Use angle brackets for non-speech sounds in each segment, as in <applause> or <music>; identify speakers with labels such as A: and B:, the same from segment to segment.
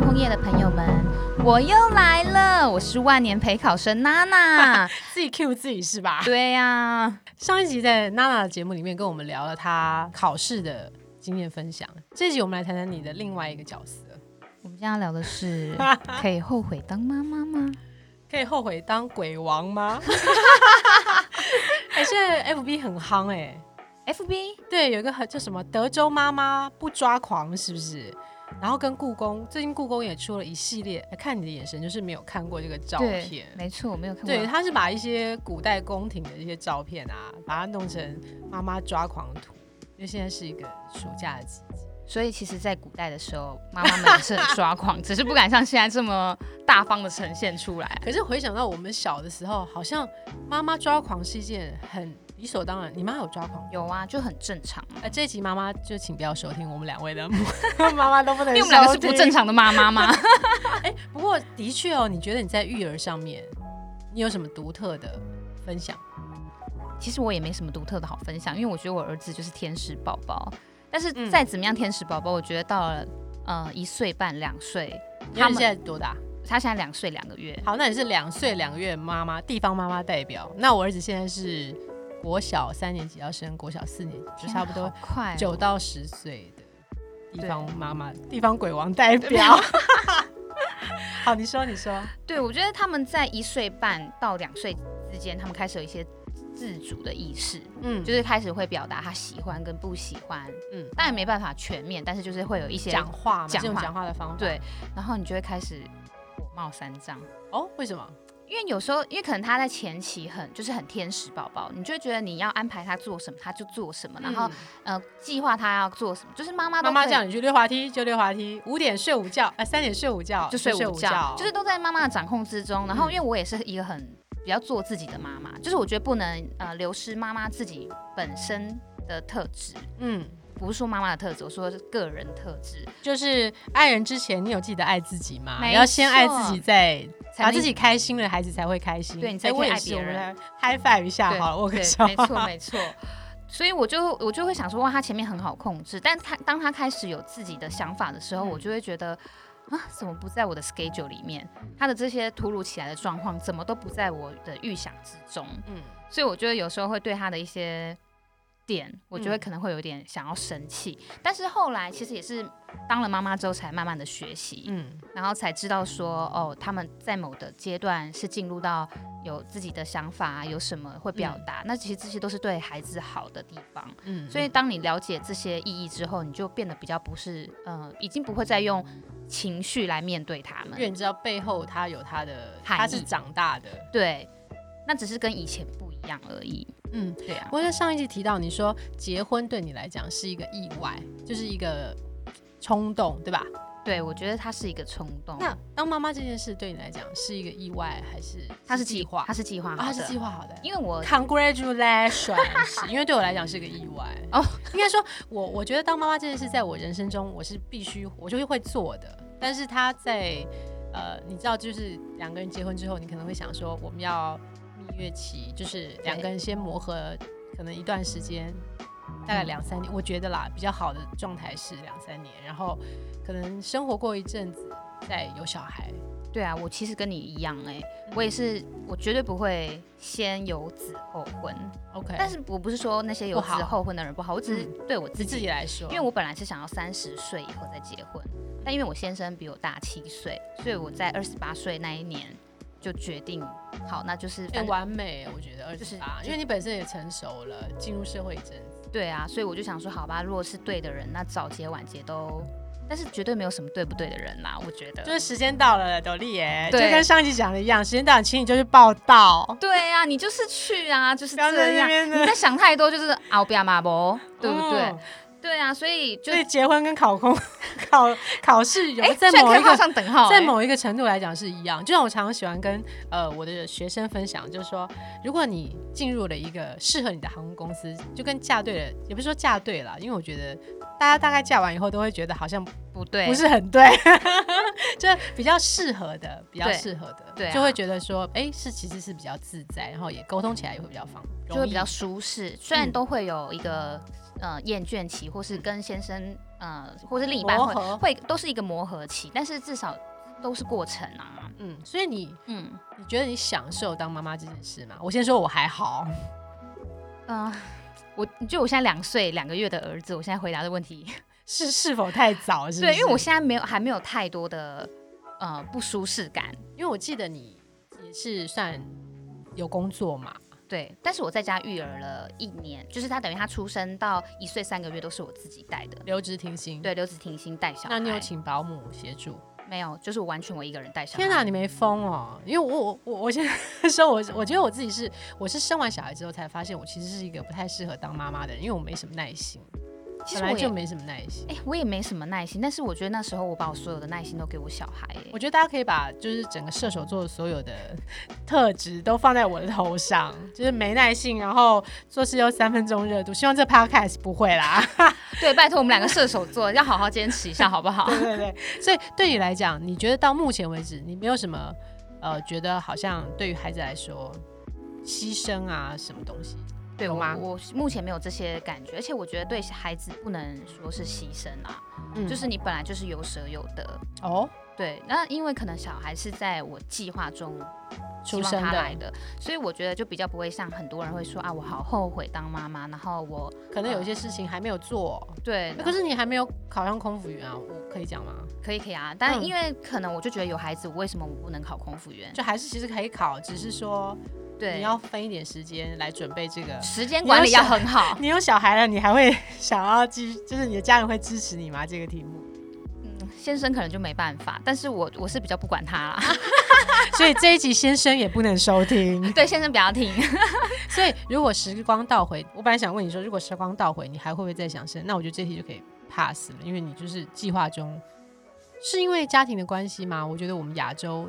A: 工业的朋友们，我又来了，我是万年陪考生娜
B: <laughs>
A: 娜。
B: 自己 Q 自己是吧？
A: 对呀、
B: 上一集在娜娜的节目里面跟我们聊了她考试的经验分享，这集我们来谈谈你的另外一个角色，
A: 我们今天要聊的
B: <laughs>
A: 是，可以后悔当妈妈吗？
B: 可以后悔当鬼王吗？ <laughs> 哎、现在 FB 很夯哎、
A: F B
B: 对，有一个很叫什么德州妈妈不抓狂是不是？然后跟故宫，最近故宫也出了一系列，哎看你的眼神就是没有看过这个照片
A: 对，。没错，我没有看过。
B: 对，他是把一些古代宫廷的一些照片啊，把它弄成妈妈抓狂图，因为现在是一个暑假的季节。
A: 所以其实，在古代的时候，妈妈们也是很抓
B: <laughs>
A: 狂，只是不敢像现在这么大方的呈现出来。
B: 可是回想到我们小的时候，好像妈妈抓狂是一件很理所当然。你妈有抓狂？
A: 有啊，就很正常，
B: 呃，这一集妈妈就请不要收听我们两位的妈妈都不
A: <laughs>
B: 能，
A: 因为我们两个是不正。常的妈妈吗？
B: 哎、 <laughs> 不过的确哦，你觉得你在育儿上面，你有什么独特的分享？
A: 其实我也没什么独特的好分享，因为我觉得我儿子就是天使宝宝。但是
B: 嗯
A: 再怎么样天使宝宝，我觉得到了呃一岁半两岁，他
B: 他们
A: 们
B: 现在多大？
A: 他现在两岁两个月，
B: 好，那你是两岁两个月妈妈，地方妈妈代表。那我儿子现在是国小三年级，要升国小四年级，就差不
A: 天
B: 多
A: 哪好快哦
B: 九到十岁的地
A: 对
B: 方妈妈，地方鬼王代
A: <laughs>
B: 表。 <laughs> 好，你说，你说，
A: 对，我觉得他们在一岁半到两岁之间，他们开始有一些自主的意识，
B: 嗯，
A: 就是开始会表达他喜欢跟不喜欢。
B: 嗯
A: 嗯，当然没办法全面，但是就是会有一些
B: 讲话嘛，
A: 讲
B: 这种
A: 话
B: 讲话的方法。
A: 对，然后你就会开始火冒三丈。
B: 哦，为什么？
A: 因为有时候，因为可能他在前期很就是很天使宝宝，你就会觉得你要安排他做什么，他就做什么，然后、呃计划他要做什么，就是妈妈
B: 嗯
A: 都
B: 妈妈
A: 可以
B: 叫你去溜滑梯就溜滑梯，五点睡午觉，呃，三点睡午觉
A: 就睡午
B: 午
A: 觉，就是都在妈妈的掌控之中。然后
B: 嗯
A: 因为我也是一个很比较做自己的妈妈，就是我觉得不能呃流失妈妈自己本身的特质，
B: 嗯，
A: 不是说妈妈的特质，我说的是个人特质，
B: 就是爱人之前，你有记得爱自己吗？
A: 没
B: 要先爱
A: 错
B: 自己，再
A: 才
B: 把
A: 能
B: 自己开心了，孩子才会开心。
A: 对你才
B: 哎
A: 可以
B: 我也
A: 爱
B: 是
A: 别
B: 我们
A: 人
B: 来 high five 一下
A: 对
B: 好了，我可
A: 对
B: 笑。
A: 没
B: <laughs>
A: 错没错。所以我就我就会想说，哇，他前面很好控制，但他当他开始有自己的想法的时候，
B: 嗯
A: 我就会觉得啊，怎么不在我的 schedule 里面？他的这些突如其来的状况，怎么都不在我的预想之中。
B: 嗯，
A: 所以我觉得有时候会对他的一些点，我就会
B: 嗯
A: 可能会有点想要生气。但是后来其实也是当了妈妈之后，才慢慢的学习，
B: 嗯，
A: 然后才知道说，哦，他们在某的阶段是进入到有自己的想法，有什么会表达。那其实这些都是对孩子好的地方。
B: 嗯，
A: 所以当你了解这些意义之后，你就变得比较不是，呃，已经不会再用情绪来面对他
B: 因为
A: 们。
B: 你知道背后他有他的，
A: 含
B: 他是
A: 义
B: 长大的。
A: 对，那只是跟以前不一样而已。
B: 嗯，
A: 对啊
B: 不，过在上一集提到，你说结婚对你来讲是一个意外，就是一个冲动，对吧？
A: 对我觉得它是一个冲动。
B: 那当妈妈这件事对你来讲是一个意外，还是
A: 他是
B: 计划？
A: 他是计划
B: 啊
A: 好
B: 它是
A: 的，
B: 计划好的。
A: 因为我
B: Congratulations！因为对我来讲是个意外哦
A: 哦。
B: 应该说，我我觉得当妈妈这件事，在我人生中我是必须，我就是会做的。但是他在呃，你知道，就是两个人结婚之后，你可能会想说，我们要蜜月期，就是两个人先磨合，可能一段时间，大概两三年。我觉得啦，比较好的状态是两三年，然后可能生活过一阵子，再有小孩。
A: 对啊，我其实跟你一样哎、
B: 嗯
A: 我也是，我绝对不会先有子后婚，
B: OK，
A: 但是我不是说那些有
B: 不
A: 子
B: 好
A: 后婚的人不好，我只是对我
B: 你
A: 自
B: 自己
A: 己，
B: 来说，
A: 因为我本来是想要三十岁以后再结婚，但因为我先生比我大七岁，所以我在二十八岁那一年就决定，好，那就是
B: 哎、
A: 反正
B: 完美，我觉得二
A: 就
B: 十
A: 是
B: 八，
A: 就
B: 因为你本身也成熟了，进入社会一阵子，
A: 对啊，所以我就想说，好吧，如果是对的人，那早结晚结都，但是绝对没有什么对不对的人啦，我觉得
B: 就。是时间到了，斗笠耶，就
A: 对
B: 跟上一集讲的一样，时间到了，请你就去报道，
A: 对啊，你就是去啊，就是
B: 不要在
A: 这
B: 那
A: 样。
B: 边
A: 你
B: 的，
A: 在想太多，就是熬不亚马博，对不对？
B: 嗯
A: 对啊，所以就
B: 所以结婚跟考公考考试有
A: 哎，
B: 在
A: 虽然
B: 某
A: 可
B: 一
A: 以画
B: 个
A: 上等号、
B: 在
A: 哎
B: 某一个程度来讲是一样。就像我常常喜欢跟呃我的学生分享，就是说，如果你进入了一个适合你的航空公司，就跟嫁对了，也不是说嫁对了，因为我觉得大家大概嫁完以后都会觉得好像
A: 不对，
B: 不是很对，
A: <laughs>
B: 就是比较适合的，比较
A: 对
B: 适合的，
A: 对啊
B: 就会觉得说，哎、是其实是比较自在，然后也沟通起来也会比较方，
A: 就会比较
B: 容易
A: 舒适。虽然
B: 嗯
A: 都会有一个呃厌倦期，或是跟先生呃或是另一半
B: 磨
A: 会
B: 合
A: 会都是一个磨合期，但是至少都是过程啊。
B: 嗯，所以你
A: 嗯
B: 你觉得你享受当妈妈这件事吗？我先说我还好，
A: 嗯、呃我就我现在两岁两个月的儿子，我现在回答的问题，
B: 是是否太早是不是？
A: 对，因为我现在没有还没有太多的呃不舒适感，
B: 因为我记得你也是算有工作嘛，
A: 对，但是我在家育儿了一年，就是他等于他出生到一岁三个月都是我自己带的，
B: 留职停薪。，
A: 对，留子停薪带小孩。
B: 那你有请保姆协助？
A: 没有？就是我完全我一个人带小孩。
B: 天哪、你没疯哦！因为我我我我现在说我我觉得我自己是我是生完小孩之后才发现我其实是一个不太适合当妈妈的人，因为我没什么耐心，
A: 其
B: 本
A: 实
B: 来
A: 我也
B: 就没什么耐心。
A: 哎、我也没什么耐心，但是我觉得那时候我把我所有的耐心都给我小孩、哎
B: 我觉得大家可以把就是整个射手座所有的 <laughs> 特质都放在我的头上，就是没耐性，然后做事又三分钟热度。希望这 podcast 不
A: <laughs>
B: 会啦。 <laughs>
A: 对，拜托我们两个射手座要好好坚持一下，好不
B: <laughs>
A: 好？
B: 对对对，所以对你来讲，你觉得到目前为止，你没有什么呃，觉得好像对于孩子来说，牺牲啊什么东西？
A: 对
B: 有
A: 我
B: 吗
A: 我目前没有这些感觉，而且我觉得对孩子不能说是牺牲啊，
B: 嗯
A: 就是你本来就是有舍有得。
B: 哦，
A: 对，那因为可能小孩是在我计划中希
B: 出
A: 望
B: 生
A: 他
B: 的
A: 来的，所以我觉得就比较不会像很多人会说啊，我好后悔当妈妈，然后我
B: 可能有一些事情还没有做，
A: 对，
B: 哎可是你还没有考上空服员啊，我可以讲吗？
A: 可以可以啊，但
B: 嗯
A: 因为可能我就觉得有孩子，我为什么我不能考空服员？
B: 就还是其实可以考，只是说
A: 对，
B: 你要分一点时间来准备
A: <laughs>
B: 这个。
A: 时间管理要很好。
B: 你有小孩了，你还会想要继，就是你的家人会支持你吗？这个题目，
A: 嗯，先生可能就没办法，但是我我是比较不管他啦。 <laughs>
B: 所以这一集先生也不能收听。
A: 对，先生不要听。
B: 所以，如果时光倒回，我本来想问你说，如果时光倒回，你还会不会再想生？那我觉得这题就可以 pass 了，因为你就是计划中，是因为家庭的关系吗？我觉得我们亚洲，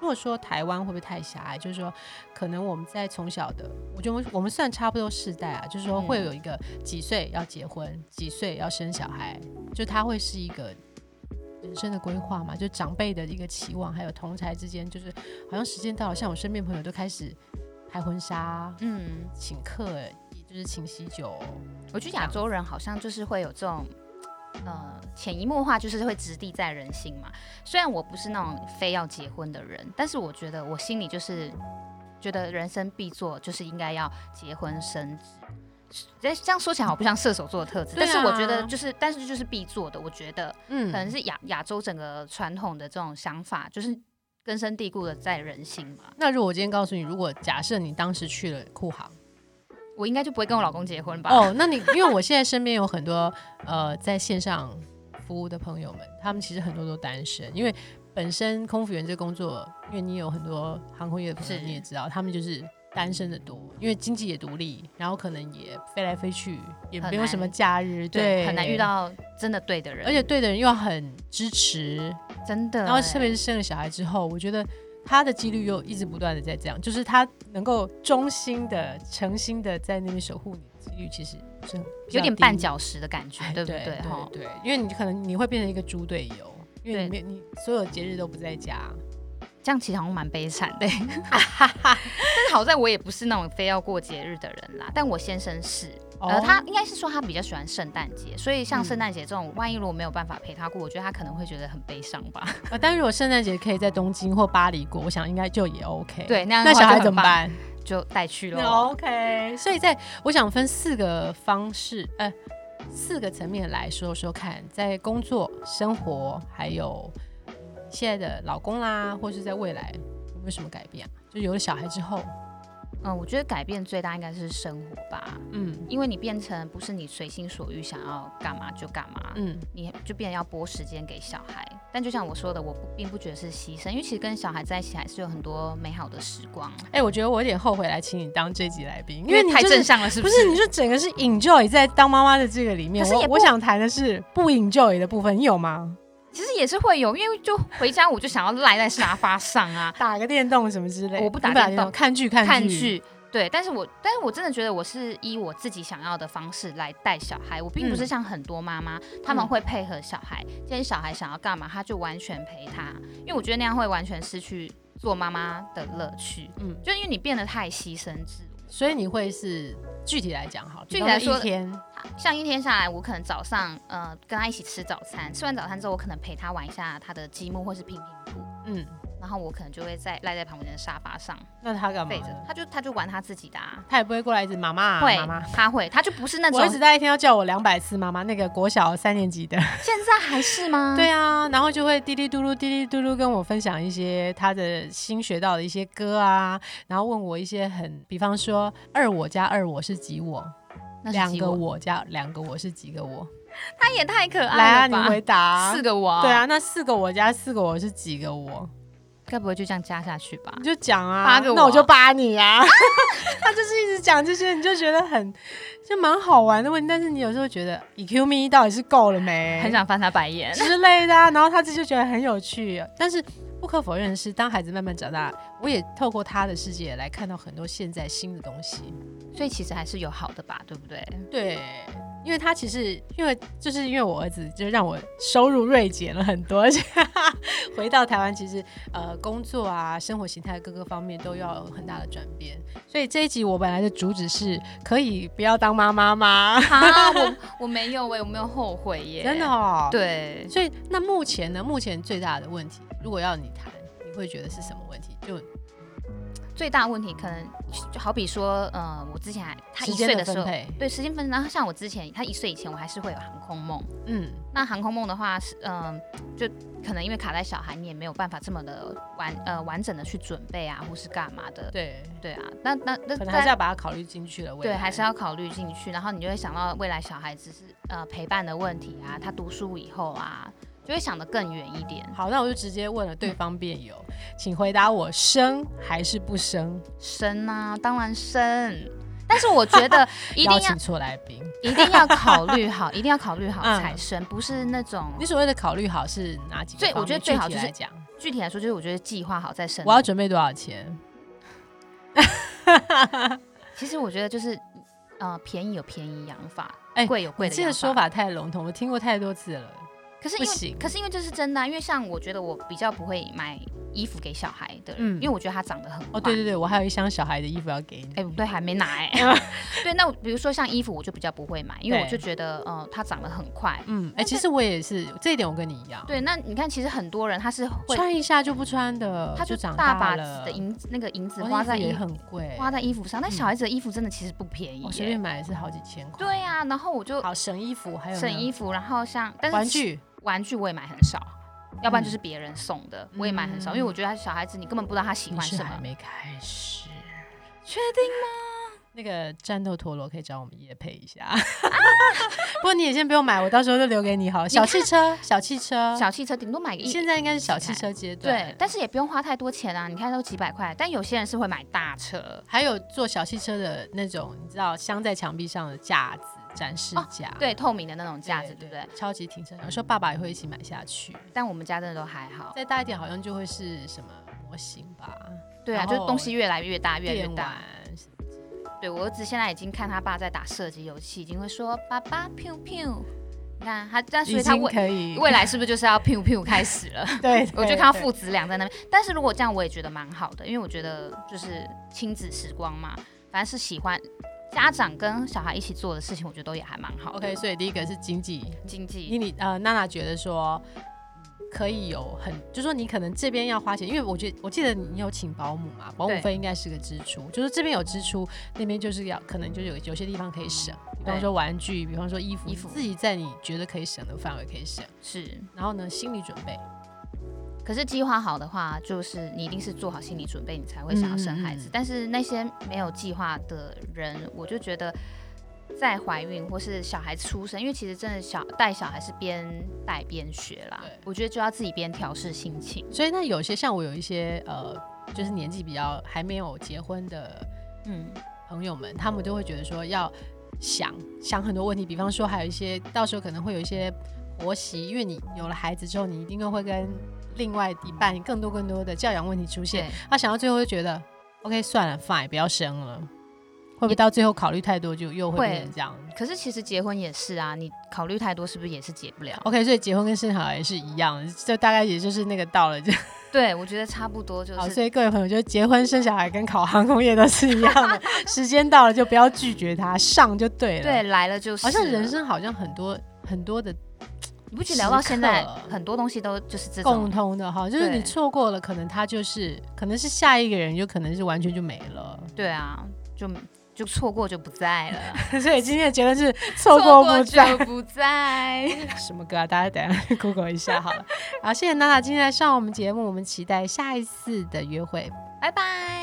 B: 如果说台湾会不会太狭隘？就是说，可能我们在从小的，我觉得我们算差不多世代啊，就是说
A: 嗯
B: 会有一个几岁要结婚，几岁要生小孩，就它会是一个。人生的规划嘛，就长辈的一个期望，还有同才之间，就是好像时间到了，像我身边朋友都开始拍婚纱，啊
A: 嗯，
B: 请客，也就是请喜酒，
A: 我觉得亚洲人好像就是会有这种。呃，潜移默化就是会直地在人心嘛。虽然我不是那种非要结婚的人，但是我觉得我心里就是觉得人生必做就是应该要结婚生子。这这样说起来好不像射手座的特质，
B: 对
A: 但
B: 啊
A: 是我觉得就是，但是就是必做的。我觉得
B: 嗯
A: 可能是亚亚洲整个传统的这种想法，就是根深蒂固的在人心嘛。
B: 那如果我今天告诉你，如果假设你当时去了库航，
A: 我应该就不会跟我老公结婚吧？
B: 哦，那你因为我现在身边有很多呃在线上服务的朋友们，他们其实很多都单身，因为本身空服员这工作，因为你有很多航空业的朋友，
A: 是
B: 你也知道，他们就是单身的多，因为经济也独立，然后可能也飞来飞去，也
A: 很
B: 没有什
A: 难
B: 么假日，对，
A: 对，很难遇。到真的对的人，
B: 而且对的人又要很支持，
A: 真的欸，
B: 然后特别是生了小孩之后，我觉得他的几率又一直不断的在这样，就是他能够忠心的、诚心的在那边守护你，几率其实是很比较
A: 有点
B: 低
A: 绊，脚石的感觉
B: 哎，
A: 对不
B: 对
A: 对？哈，
B: 对，因为你可能你会变成一个猪队友，因为
A: 对
B: 你没你所有节日都不在家，
A: 这样其实好像蛮悲惨
B: <laughs>
A: 的。但是好在我也不是那种非要过节日的人啦，但我先生是，
B: 哦
A: 呃，他应该是说他比较喜欢圣诞节，所以像圣诞节这种，万一如果没有办法陪他过，我觉得他可能会觉得很悲伤吧。
B: 呃，但如果圣诞节可以在东京或巴黎过，我想应该就也 OK。
A: 对那样的
B: 那
A: 话
B: 小孩
A: 就很
B: 怎么
A: 棒
B: 办？
A: 就带去
B: 那哦
A: 喽。
B: OK，所以在我想分四个方式，呃，四个层面来说说看，在工作、生活，还有现在的老公啦，或是在未来有没有什么改变啊？就有了小孩之后，
A: 嗯，我觉得改变最大应该是生活吧，
B: 嗯
A: 因为你变成不是你随心所欲想要干嘛就干嘛，
B: 嗯，
A: 你就变得要拨时间给小孩。但就像我说的，我不并不觉得是牺牲，因为其实跟小孩在一起还是有很多美好的时光。
B: 哎、我觉得我有点后悔来请你当这集来宾，因
A: 因
B: 为
A: 为
B: 你
A: 太
B: 就是
A: 正向了，是
B: 不
A: 是？
B: 是，你就整个是 enjoy 在当妈妈的这个里面。
A: 可是也
B: 我
A: 不
B: 我想谈的是不 enjoy 的部分，你有吗？，
A: 其实也是会有，因为就回家我就想要赖在沙发上啊
B: 打个电动什么之类的，
A: 我不打
B: 你
A: 电动
B: 看剧看
A: <laughs>
B: 剧
A: 看剧。对，但是我但是我真的觉得我是以我自己想要的方式来带小孩，我并不是
B: 嗯
A: 像很多妈妈、他们会配合小孩，今天小孩想要干嘛，他就完全陪他，因为我觉得那样会完全失去做妈妈的乐趣。
B: 嗯
A: 嗯，就因为你变得太牺牲自我。
B: 所以你会是具体来讲好，
A: 具体来说
B: 比方一天
A: 像一天下来，我可能早上呃跟他一起吃早餐，吃完早餐之后，我可能陪他玩一下他的积木或是拼拼图，
B: 嗯，
A: 然后我可能就会在赖在旁边的沙发上
B: 那他干嘛
A: 背？着，他就他就玩他自己的、啊。
B: 他也不会过来一直妈妈
A: 会
B: 妈妈。，
A: 他会，他就不是那种
B: 我儿子大概一天要叫我两百次妈妈，那个国小三
A: <laughs>
B: 年级的，
A: 现在还是吗？
B: 对啊，然后就会嘀嘀嘟噜、嘀嘀嘟噜跟我分享一些他的新学到的一些歌啊，然后问我一些很，比方说二我加二我是几我，
A: 那是
B: 两
A: 几
B: 个
A: 我，
B: 我加两个我是几个我？
A: 他也太可
B: 来啊，
A: 爱了
B: 你
A: 吧！
B: 回答。
A: 四个我，
B: 对，啊，那四个我加四个我是几个我？
A: 该不会就这样加下去吧
B: 你？就讲啊，
A: 八个我
B: 那我就扒你
A: <laughs>
B: 啊。他就是一直讲这些，你就觉得很就蛮好玩的问题，但是你有时候觉得 EQ me 到底是够了没？
A: 很想翻他白眼。
B: <laughs> 之类的、啊，然后他自己就觉得很有趣。但是不可否认的是，当孩子慢慢长大，我也透过他的世界来看到很多现在新的东西。
A: 所以其实还是有好的吧，对不
B: <laughs>
A: 对？
B: 对，因为他其实因为就是因为我儿子，就让我收入锐减了很多。而且 <laughs> 回到台湾，其实呃工作啊、生活形态各个方面都要有很大的转变。所以这一集我本来的主旨是可以不要当妈
A: <laughs>
B: 妈吗？
A: 啊，我我没有欸喂，我没有后悔耶，
B: 真的哦。。
A: 对，
B: 所以那目前呢？目前最大的问题，如果要你谈，你会觉得是什么问题？就
A: 最大问题可能就好比说，呃，我之前还他一
B: 时间
A: 岁
B: 的
A: 时
B: 分
A: 候，
B: 配
A: 对时间分配，然后像我之前他一岁以前，我还是会有航空梦。
B: 嗯
A: 那航空梦的话是，嗯、就可能因为卡在小孩，你也没有办法这么的完呃完整的去准备啊，或是干嘛的。
B: 对，
A: 对啊，那那那
B: 可能还是
A: 在
B: 要把它考虑进去了。未
A: 对，
B: 来
A: 还是要考虑进去，然后你就会想到未来小孩子是呃陪伴的问题啊，他读书以后啊，就会想得更远一点。
B: 好。那我就直接问了对方辩友，请回答我生还是不生？
A: 生啊，当然生。但是我觉得一定
B: <laughs> 邀
A: 要
B: 请错来宾。
A: 一定要考虑好， <laughs> 一定要考虑好
B: 嗯
A: 才生，不是那种
B: 你所谓的考虑好是哪几个
A: 最
B: 方面？
A: 我觉得最好
B: 具
A: 就
B: 体
A: 是
B: 来讲，
A: 具体来说，就是我觉得计划好再生。
B: 我要准备多少钱？
A: 其实我觉得就是呃，便宜有便宜养法，
B: 哎
A: 贵有贵
B: 你
A: 的
B: 这个
A: 养
B: 说
A: 法。
B: 法太笼统，我听过太多次了。
A: 可是
B: 不
A: 因为
B: 行
A: 可是因为这是真的啊、因为像我觉得我比较不会买衣服给小孩的人，
B: 嗯
A: 因为我觉得他长得很快。
B: 哦，对对对，我还有一箱小孩的衣服要给你。
A: 哎、不对，还没拿哎、 <laughs>
B: <laughs>
A: 对，那我比如说像衣服，我就比较不会买，因为我
B: 对
A: 就觉得，呃，它长得很快。
B: 嗯，哎，其实我也是这一点，我跟你一样。
A: 对，那你看，其实很多人他是会，
B: 穿一下就不穿的，
A: 他就
B: 长
A: 大把
B: 了。
A: 的银那个银子
B: 我的
A: 花
B: 衣服
A: 在衣
B: 也很贵，
A: 花在衣服上，但
B: 嗯
A: 小孩子的衣服真的其实不便宜
B: 我随
A: 耶。
B: 便买也是好几千块。
A: 对呀、然后我就
B: 好省衣服，还有
A: 省
B: 呢
A: 衣服，然后像但是
B: 玩具，嗯
A: 玩具我也买很少，要不然就是别人送的，我也买很少，因为我觉得他小孩子你根本不知道他喜
B: 你
A: 欢
B: 是
A: 什
B: 还
A: 么。
B: 没开始。
A: 确定
B: <laughs> 那个战斗陀螺可以找我们夜配一下， <laughs> 不过你也先不用买，我到时候就留给你好了。小汽车，小汽车，
A: 小汽车顶多买个一
B: 现在应该是小汽车阶段。
A: 对，但是也不用花太多钱啊，你看都几百块，但有些人是会买大车。
B: 还有做小汽车的那种，你知道镶在墙壁上的架子、展示架，
A: 对，透明的那种架子，对不哦对？？
B: 超级停车场，有时候爸爸也会一起买下去。
A: 但我们家真的都还好。
B: 再大一点，好像就会是什么模型吧，
A: 对啊，
B: 然
A: 就
B: 后
A: 是东西越来越大，越来越
B: 电
A: 大
B: 玩。
A: 对我儿子现在已经看他爸在打射击游戏，已经会说爸爸 pew pew。你看他，但所
B: 已
A: 以他
B: 经
A: 未
B: 可以。
A: 未来是不是就是要 pew pew 开始了？
B: <laughs> 对，
A: 我就
B: 对
A: 看到
B: 对
A: 父子俩在那边，但是如果这样我也觉得蛮好的，因为我觉得就是亲子时光嘛，反正是喜欢家长跟小孩一起做的事情，我觉得都也还蛮好的。
B: OK，所以第一个是经济，
A: 经
B: 你
A: 济
B: 你呃娜娜觉得说可以有很，就说你可能这边要花钱，因为我觉得我记得你有请保姆嘛，保姆
A: 对
B: 费应该是个支出，就是这边有支出，那边就是要可能就有有些地方可以省，比方
A: 对
B: 说玩具，比方说衣服，
A: 衣
B: 你
A: 服
B: 自己在你觉得可以省的范围可以省，
A: 是，
B: 然后呢心理准备，
A: 可是计划好的话，就是你一定是做好心理准备，你才会想要生孩子。
B: 嗯嗯嗯
A: 但是那些没有计划的人，我就觉得。在怀孕或是小孩出生，因为其实真的小带小孩是边带边学啦
B: 对，
A: 我觉得就要自己边调试心情。
B: 所以那有些像我有一些呃，就是年纪比较还没有结婚的
A: 嗯，
B: 朋友们，他们都会觉得说要想想很多问题，比方说还有一些到时候可能会有一些婆媳，因为你有了孩子之后，你一定会跟另外一半更多更多的教养问题出现
A: 对。，
B: 他想到最后就觉得，OK，算了，fine，不要生了，会不会到最后考虑太多，就又会
A: 会
B: 变成这样
A: 可是其实结婚也是啊，你考虑太多是不是也是结不了？
B: ？OK，所以结婚跟生小孩也是一样，就大概也就是那个到了就
A: 对，我觉得差不多就
B: 好，
A: 是
B: 所以各位朋友，就是结婚生小孩跟考航空业都是一样的，时间到了就不要拒绝他，上就对了。
A: 对，来了就是
B: 好像人
A: 了
B: 生好像很多很多的
A: 你不觉得聊到
B: 时
A: 现在
B: 刻
A: 很多东西都就是这
B: 共
A: 种
B: 通的哈，就是你
A: 对
B: 错过了，可能他就是可能是下一个人，就可能是完全就没 <laughs> 了。
A: 对啊，就就错过就不在了，
B: 所以今天的结论是 <laughs> 错过不在。
A: 就不在。 <laughs>
B: <laughs> 什么歌啊？大家等一下 <laughs> Google 一下好了。好，谢谢娜娜今天来上我们节目，我们期待下一次的约会。
A: 拜拜。